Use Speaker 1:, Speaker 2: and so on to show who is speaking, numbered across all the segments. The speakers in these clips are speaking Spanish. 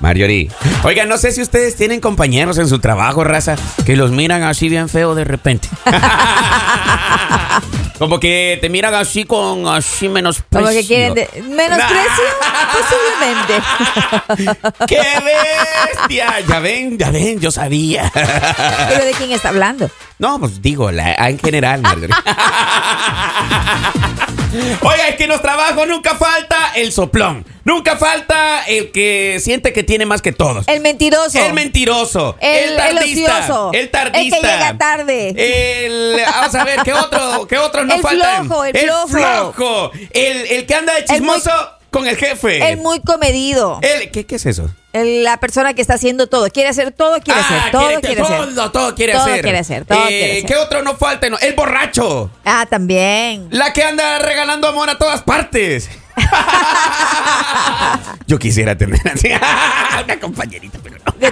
Speaker 1: Marjorie. Oigan, no sé si ustedes tienen compañeros en su trabajo, raza, que los miran así bien feo de repente. Como que te miran así con así menos
Speaker 2: Como que quieren de- menosprecio, posiblemente.
Speaker 1: ¡Qué bestia! Ya ven, ya ven, yo sabía.
Speaker 2: Pero de quién está hablando.
Speaker 1: No, pues digo, la- en general, Marjorie. Oiga, es que en los trabajos nunca falta el soplón. Nunca falta el que siente que tiene más que todos.
Speaker 2: El mentiroso.
Speaker 1: El mentiroso. El,
Speaker 2: El- el
Speaker 1: tardista.
Speaker 2: ocioso.
Speaker 1: El tardista.
Speaker 2: El que llega tarde.
Speaker 1: El. Vamos a ver, ¿qué otro, qué otro nos
Speaker 2: El
Speaker 1: faltan?
Speaker 2: flojo, el flojo.
Speaker 1: flojo. El, el que anda de
Speaker 2: El muy-
Speaker 1: chismoso con el jefe.
Speaker 2: El muy comedido.
Speaker 1: El- ¿qué, ¿Qué es eso?
Speaker 2: El- la persona que está haciendo todo. Quiere hacer todo, quiere
Speaker 1: Ah,
Speaker 2: hacer. Todo quiere,
Speaker 1: todo,
Speaker 2: hacer.
Speaker 1: todo quiere
Speaker 2: Todo
Speaker 1: hacer. Eh,
Speaker 2: quiere hacer, todo quiere hacer.
Speaker 1: ¿Qué otro no falta? No, El borracho.
Speaker 2: Ah, también.
Speaker 1: La que anda regalando amor a todas partes. Yo quisiera tener así una compañerita, pero no.
Speaker 2: De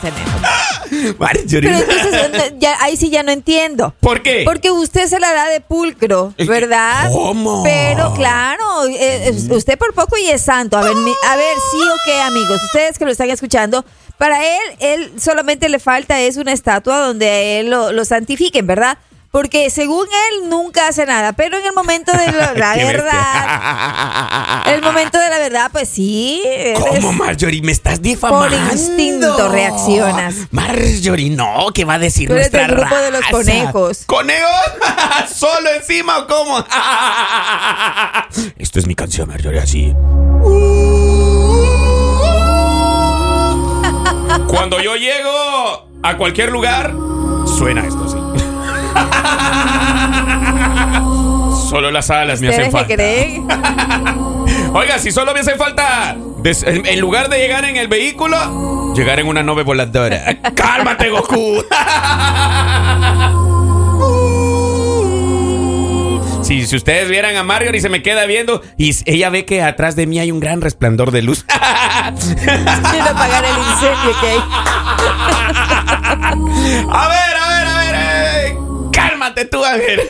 Speaker 2: tenemos.
Speaker 1: Marjorie.
Speaker 2: Pero entonces, no, ya, ahí sí ya no entiendo.
Speaker 1: ¿Por qué?
Speaker 2: Porque usted se la da de pulcro, ¿verdad?
Speaker 1: ¿Cómo?
Speaker 2: Pero claro, eh, eh, usted por poco y es santo. A ver, mi- a ver, sí o qué, amigos, ustedes que lo están escuchando, para él, él solamente le falta es una estatua donde a él lo, lo santifiquen, ¿verdad? Porque según él nunca hace nada, pero en el momento de la, la
Speaker 1: Qué
Speaker 2: verdad,
Speaker 1: bestia.
Speaker 2: el momento de la verdad, pues sí. es-
Speaker 1: ¿Cómo, Marjorie? Me estás difamando.
Speaker 2: Por instinto reaccionas.
Speaker 1: Marjorie, no, ¿qué va a decir
Speaker 2: Tú eres
Speaker 1: nuestra
Speaker 2: del grupo de los
Speaker 1: raza?
Speaker 2: conejos.
Speaker 1: ¿Conejos? ¿Solo encima o cómo? Esto es mi canción, Marjorie, así. Cuando yo llego a cualquier lugar, suena esto así. Solo las alas me hacen
Speaker 2: ¿Ustedes se
Speaker 1: falta.
Speaker 2: creen?
Speaker 1: Oiga, si solo me hace falta, des- en, en lugar de llegar en el vehículo, llegar en una nube voladora. ¡Cálmate, Goku! Si, si ustedes vieran a Marjorie se me queda viendo y s- ella ve que atrás de mí hay un gran resplandor de luz.
Speaker 2: Quiero apagar el incendio que hay.
Speaker 1: A ver, a ver, a ver. eh, Cálmate tú, Ángel.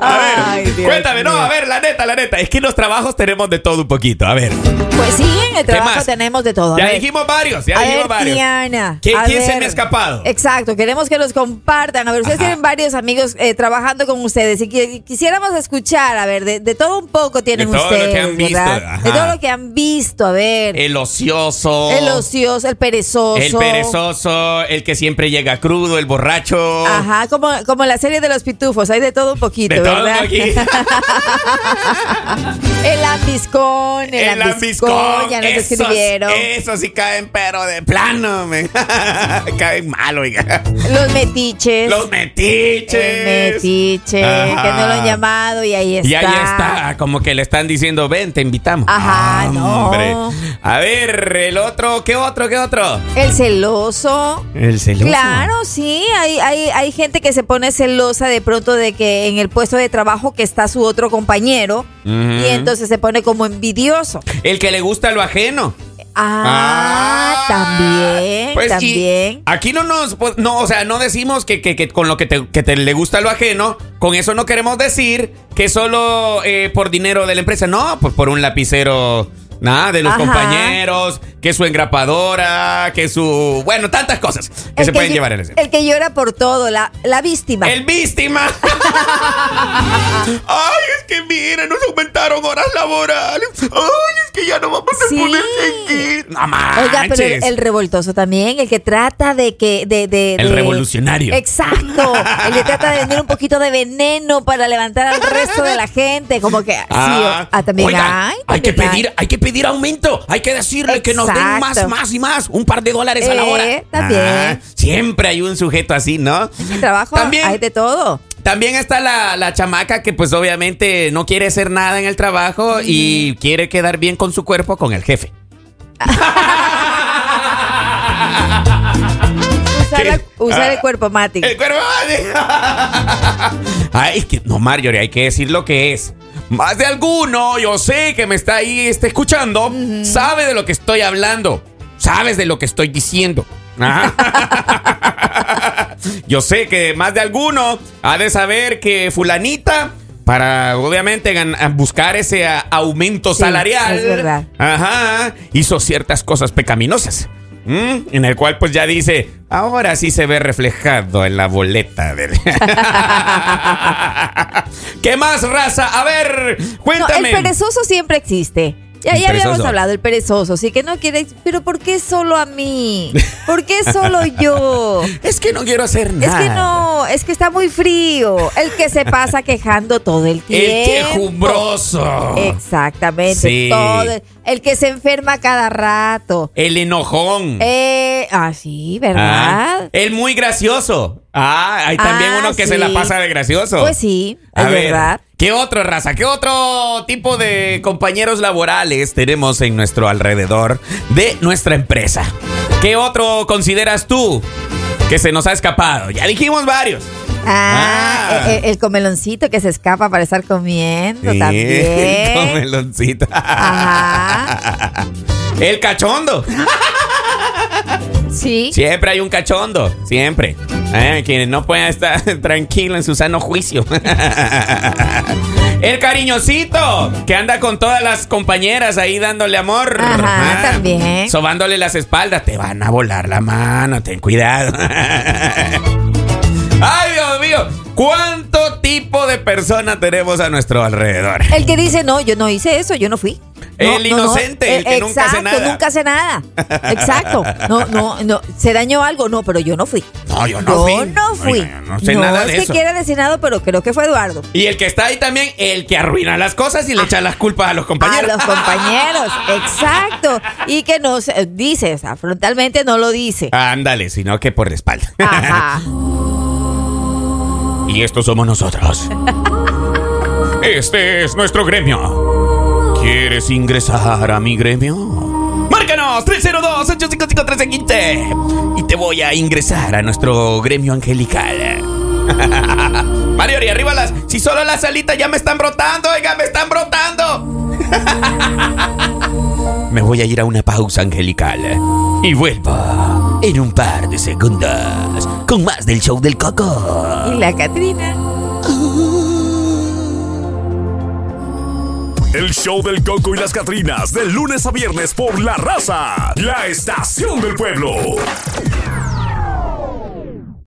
Speaker 1: A ver,
Speaker 2: Ay, Dios
Speaker 1: cuéntame, no,
Speaker 2: mío.
Speaker 1: a ver, la neta, la neta. Es que en los trabajos tenemos de todo un poquito. A ver,
Speaker 2: Pues sí, en el
Speaker 1: ¿Qué
Speaker 2: trabajo
Speaker 1: más?
Speaker 2: tenemos de todo. A
Speaker 1: ya
Speaker 2: ver.
Speaker 1: dijimos varios, ya
Speaker 2: a
Speaker 1: dijimos
Speaker 2: ver,
Speaker 1: varios.
Speaker 2: Tiana,
Speaker 1: ¿Qué-
Speaker 2: a
Speaker 1: quién se
Speaker 2: ver.
Speaker 1: me ha escapado?
Speaker 2: Exacto, queremos que los compartan. A ver, ustedes
Speaker 1: Ajá.
Speaker 2: tienen varios amigos eh, trabajando con ustedes y qui- quisiéramos escuchar, a ver, de, de todo un poco tienen
Speaker 1: De todo lo que
Speaker 2: ustedes,
Speaker 1: han visto,
Speaker 2: ¿verdad?
Speaker 1: ajá.
Speaker 2: De todo lo que han visto, a ver. El,
Speaker 1: El ocioso.
Speaker 2: ocioso, el perezoso.
Speaker 1: El perezoso, el que siempre llega crudo, el borracho.
Speaker 2: Ajá, como, como la serie de los pitufos, hay de todo un poquito,
Speaker 1: De todo un
Speaker 2: ¿verdad?
Speaker 1: poquito.
Speaker 2: el ambiscón, el,
Speaker 1: El
Speaker 2: ambiscón,
Speaker 1: ambiscón.
Speaker 2: ya nos
Speaker 1: esos- eh.
Speaker 2: escribieron.
Speaker 1: Esos sí caen, pero de plano, me. caen mal, oiga.
Speaker 2: Los metiches.
Speaker 1: Los metiches.
Speaker 2: El metiche,
Speaker 1: Ajá.
Speaker 2: que no lo han llamado y ahí está.
Speaker 1: Y ahí está, como que le están diciendo, ven, te invitamos. Ah,
Speaker 2: Ajá, no.
Speaker 1: A ver, el otro, ¿qué otro, qué otro?
Speaker 2: El celoso.
Speaker 1: El celoso.
Speaker 2: Claro, sí, hay, hay, hay gente que se pone celosa de pronto de que en el puesto de trabajo que está su otro compañero y entonces se pone como envidioso.
Speaker 1: El que le gusta lo ajeno.
Speaker 2: Ah, también,
Speaker 1: Pues, y
Speaker 2: también.
Speaker 1: Aquí no nos, pues, no, o sea, no decimos que, que- que con lo que te, que te le gusta lo ajeno, con eso no queremos decir que solo eh, por dinero de la empresa, no, pues por un lapicero, nada, de los
Speaker 2: Ajá.
Speaker 1: compañeros, que su engrapadora, que su, bueno, tantas cosas que se pueden
Speaker 2: lle-
Speaker 1: llevar en ese.
Speaker 2: el que llora por todo, la, la víctima.
Speaker 1: El víctima. Ay, es que mira, nos aumentaron horas laborales. Ay, es que ya no vamos a
Speaker 2: Sí.
Speaker 1: poder seguir. No manches.
Speaker 2: Oiga, pero el, el revoltoso también, el que trata de que... De, de-
Speaker 1: El
Speaker 2: de-
Speaker 1: revolucionario.
Speaker 2: Exacto. El que trata de vender un poquito de veneno para levantar al resto de la gente. Como que... sí,
Speaker 1: Ah,
Speaker 2: o- ah, también
Speaker 1: oiga,
Speaker 2: hay.
Speaker 1: hay que
Speaker 2: también
Speaker 1: pedir, hay. que pedir aumento, hay que decirle que nos den más,
Speaker 2: Exacto.
Speaker 1: más y más, un par de dólares a la
Speaker 2: Eh,
Speaker 1: hora. Ah,
Speaker 2: también.
Speaker 1: siempre hay un sujeto así, ¿no?
Speaker 2: En el trabajo
Speaker 1: También-
Speaker 2: hay de todo.
Speaker 1: También está la, la chamaca que pues obviamente no quiere hacer nada en el trabajo y quiere quedar bien con su cuerpo con el jefe.
Speaker 2: Usar, la-
Speaker 1: ¿Qué?
Speaker 2: usar
Speaker 1: Ah.
Speaker 2: el cuerpo, Mati.
Speaker 1: El cuervo vale. Ay, es que, no, Marjorie, hay que decir lo que es. Más de alguno, yo sé que me está ahí está escuchando, sabe de lo que estoy hablando, sabes de lo que estoy diciendo. Ajá. Yo sé que más de alguno ha de saber que fulanita, para obviamente gan- a buscar ese a- aumento
Speaker 2: Sí,
Speaker 1: salarial,
Speaker 2: es verdad.
Speaker 1: ajá, hizo ciertas cosas pecaminosas. ¿m? En el cual pues ya dice, ahora sí se ve reflejado en la boleta del... ¿Qué más, raza? A ver,
Speaker 2: No,
Speaker 1: cuéntame.
Speaker 2: el perezoso siempre existe. Ya,
Speaker 1: El
Speaker 2: ya habíamos
Speaker 1: perezoso.
Speaker 2: hablado, el perezoso, sí que no quiere. Pero ¿por qué solo a mí? ¿Por qué solo yo?
Speaker 1: es que no quiero hacer
Speaker 2: Es
Speaker 1: nada.
Speaker 2: que no, es que está muy frío. El que se pasa quejando todo el
Speaker 1: El
Speaker 2: tiempo.
Speaker 1: quejumbroso.
Speaker 2: Exactamente.
Speaker 1: Sí.
Speaker 2: todo el- el que se enferma cada rato.
Speaker 1: El enojón.
Speaker 2: Eh, ah, sí,
Speaker 1: Mm. Ah,
Speaker 2: ¿verdad?
Speaker 1: el muy gracioso. Ah, hay también
Speaker 2: Ah,
Speaker 1: uno que se la
Speaker 2: sí.
Speaker 1: pasa de gracioso.
Speaker 2: Pues sí,
Speaker 1: A
Speaker 2: es
Speaker 1: ver,
Speaker 2: verdad.
Speaker 1: ¿qué otro raza? ¿Qué otro tipo de compañeros laborales tenemos en nuestro alrededor de nuestra empresa? ¿Qué otro consideras tú que se nos ha escapado? Ya dijimos varios.
Speaker 2: Ah,
Speaker 1: Ah.
Speaker 2: e- e- El, comeloncito que se escapa para estar comiendo
Speaker 1: Eh,
Speaker 2: también.
Speaker 1: Comeloncita.
Speaker 2: Ajá.
Speaker 1: El cachondo.
Speaker 2: Sí.
Speaker 1: Siempre hay un cachondo, siempre. Eh, que no pueda estar tranquilo en su sano juicio. El cariñosito, que anda con todas las compañeras ahí dándole amor. Ah,
Speaker 2: Ajá, también.
Speaker 1: Sobándole las espaldas. Te van a volar la mano, ten cuidado. Ay, Dios mío. ¿Cuánto tipo de persona tenemos a nuestro alrededor?
Speaker 2: El que dice, no, yo no hice eso, yo no fui. No,
Speaker 1: El
Speaker 2: no, no.
Speaker 1: inocente, el
Speaker 2: Eh,
Speaker 1: que nunca hace
Speaker 2: exacto,
Speaker 1: nada.
Speaker 2: nunca hace nada. Exacto. No, no, no. ¿Se dañó algo? No, pero yo no fui.
Speaker 1: No, yo no fui.
Speaker 2: no fui.
Speaker 1: Oiga, yo no sé nada de
Speaker 2: es
Speaker 1: eso.
Speaker 2: que quiera decir nada, pero creo que fue Eduardo.
Speaker 1: Y el que está ahí también, el que arruina las cosas y le echa las culpas a los compañeros.
Speaker 2: Ah. A los compañeros, exacto. Y que nos eh, dice, o sea, frontalmente no lo dice.
Speaker 1: Ándale, sino que por la espalda.
Speaker 2: Ajá.
Speaker 1: y estos somos nosotros. Este es nuestro gremio. ¿Quieres ingresar a mi gremio? Márcanos 302-855-1315 y te voy a ingresar a nuestro gremio angelical. Mario, y arriba las. Si solo las alitas ya me están brotando, oiga, me están brotando. me voy a ir a una pausa angelical y vuelvo en un par de segundos con más del show del coco.
Speaker 2: Y la Catrina.
Speaker 3: El show del Coco y las Catrinas, de lunes a viernes por La Raza, la estación del pueblo.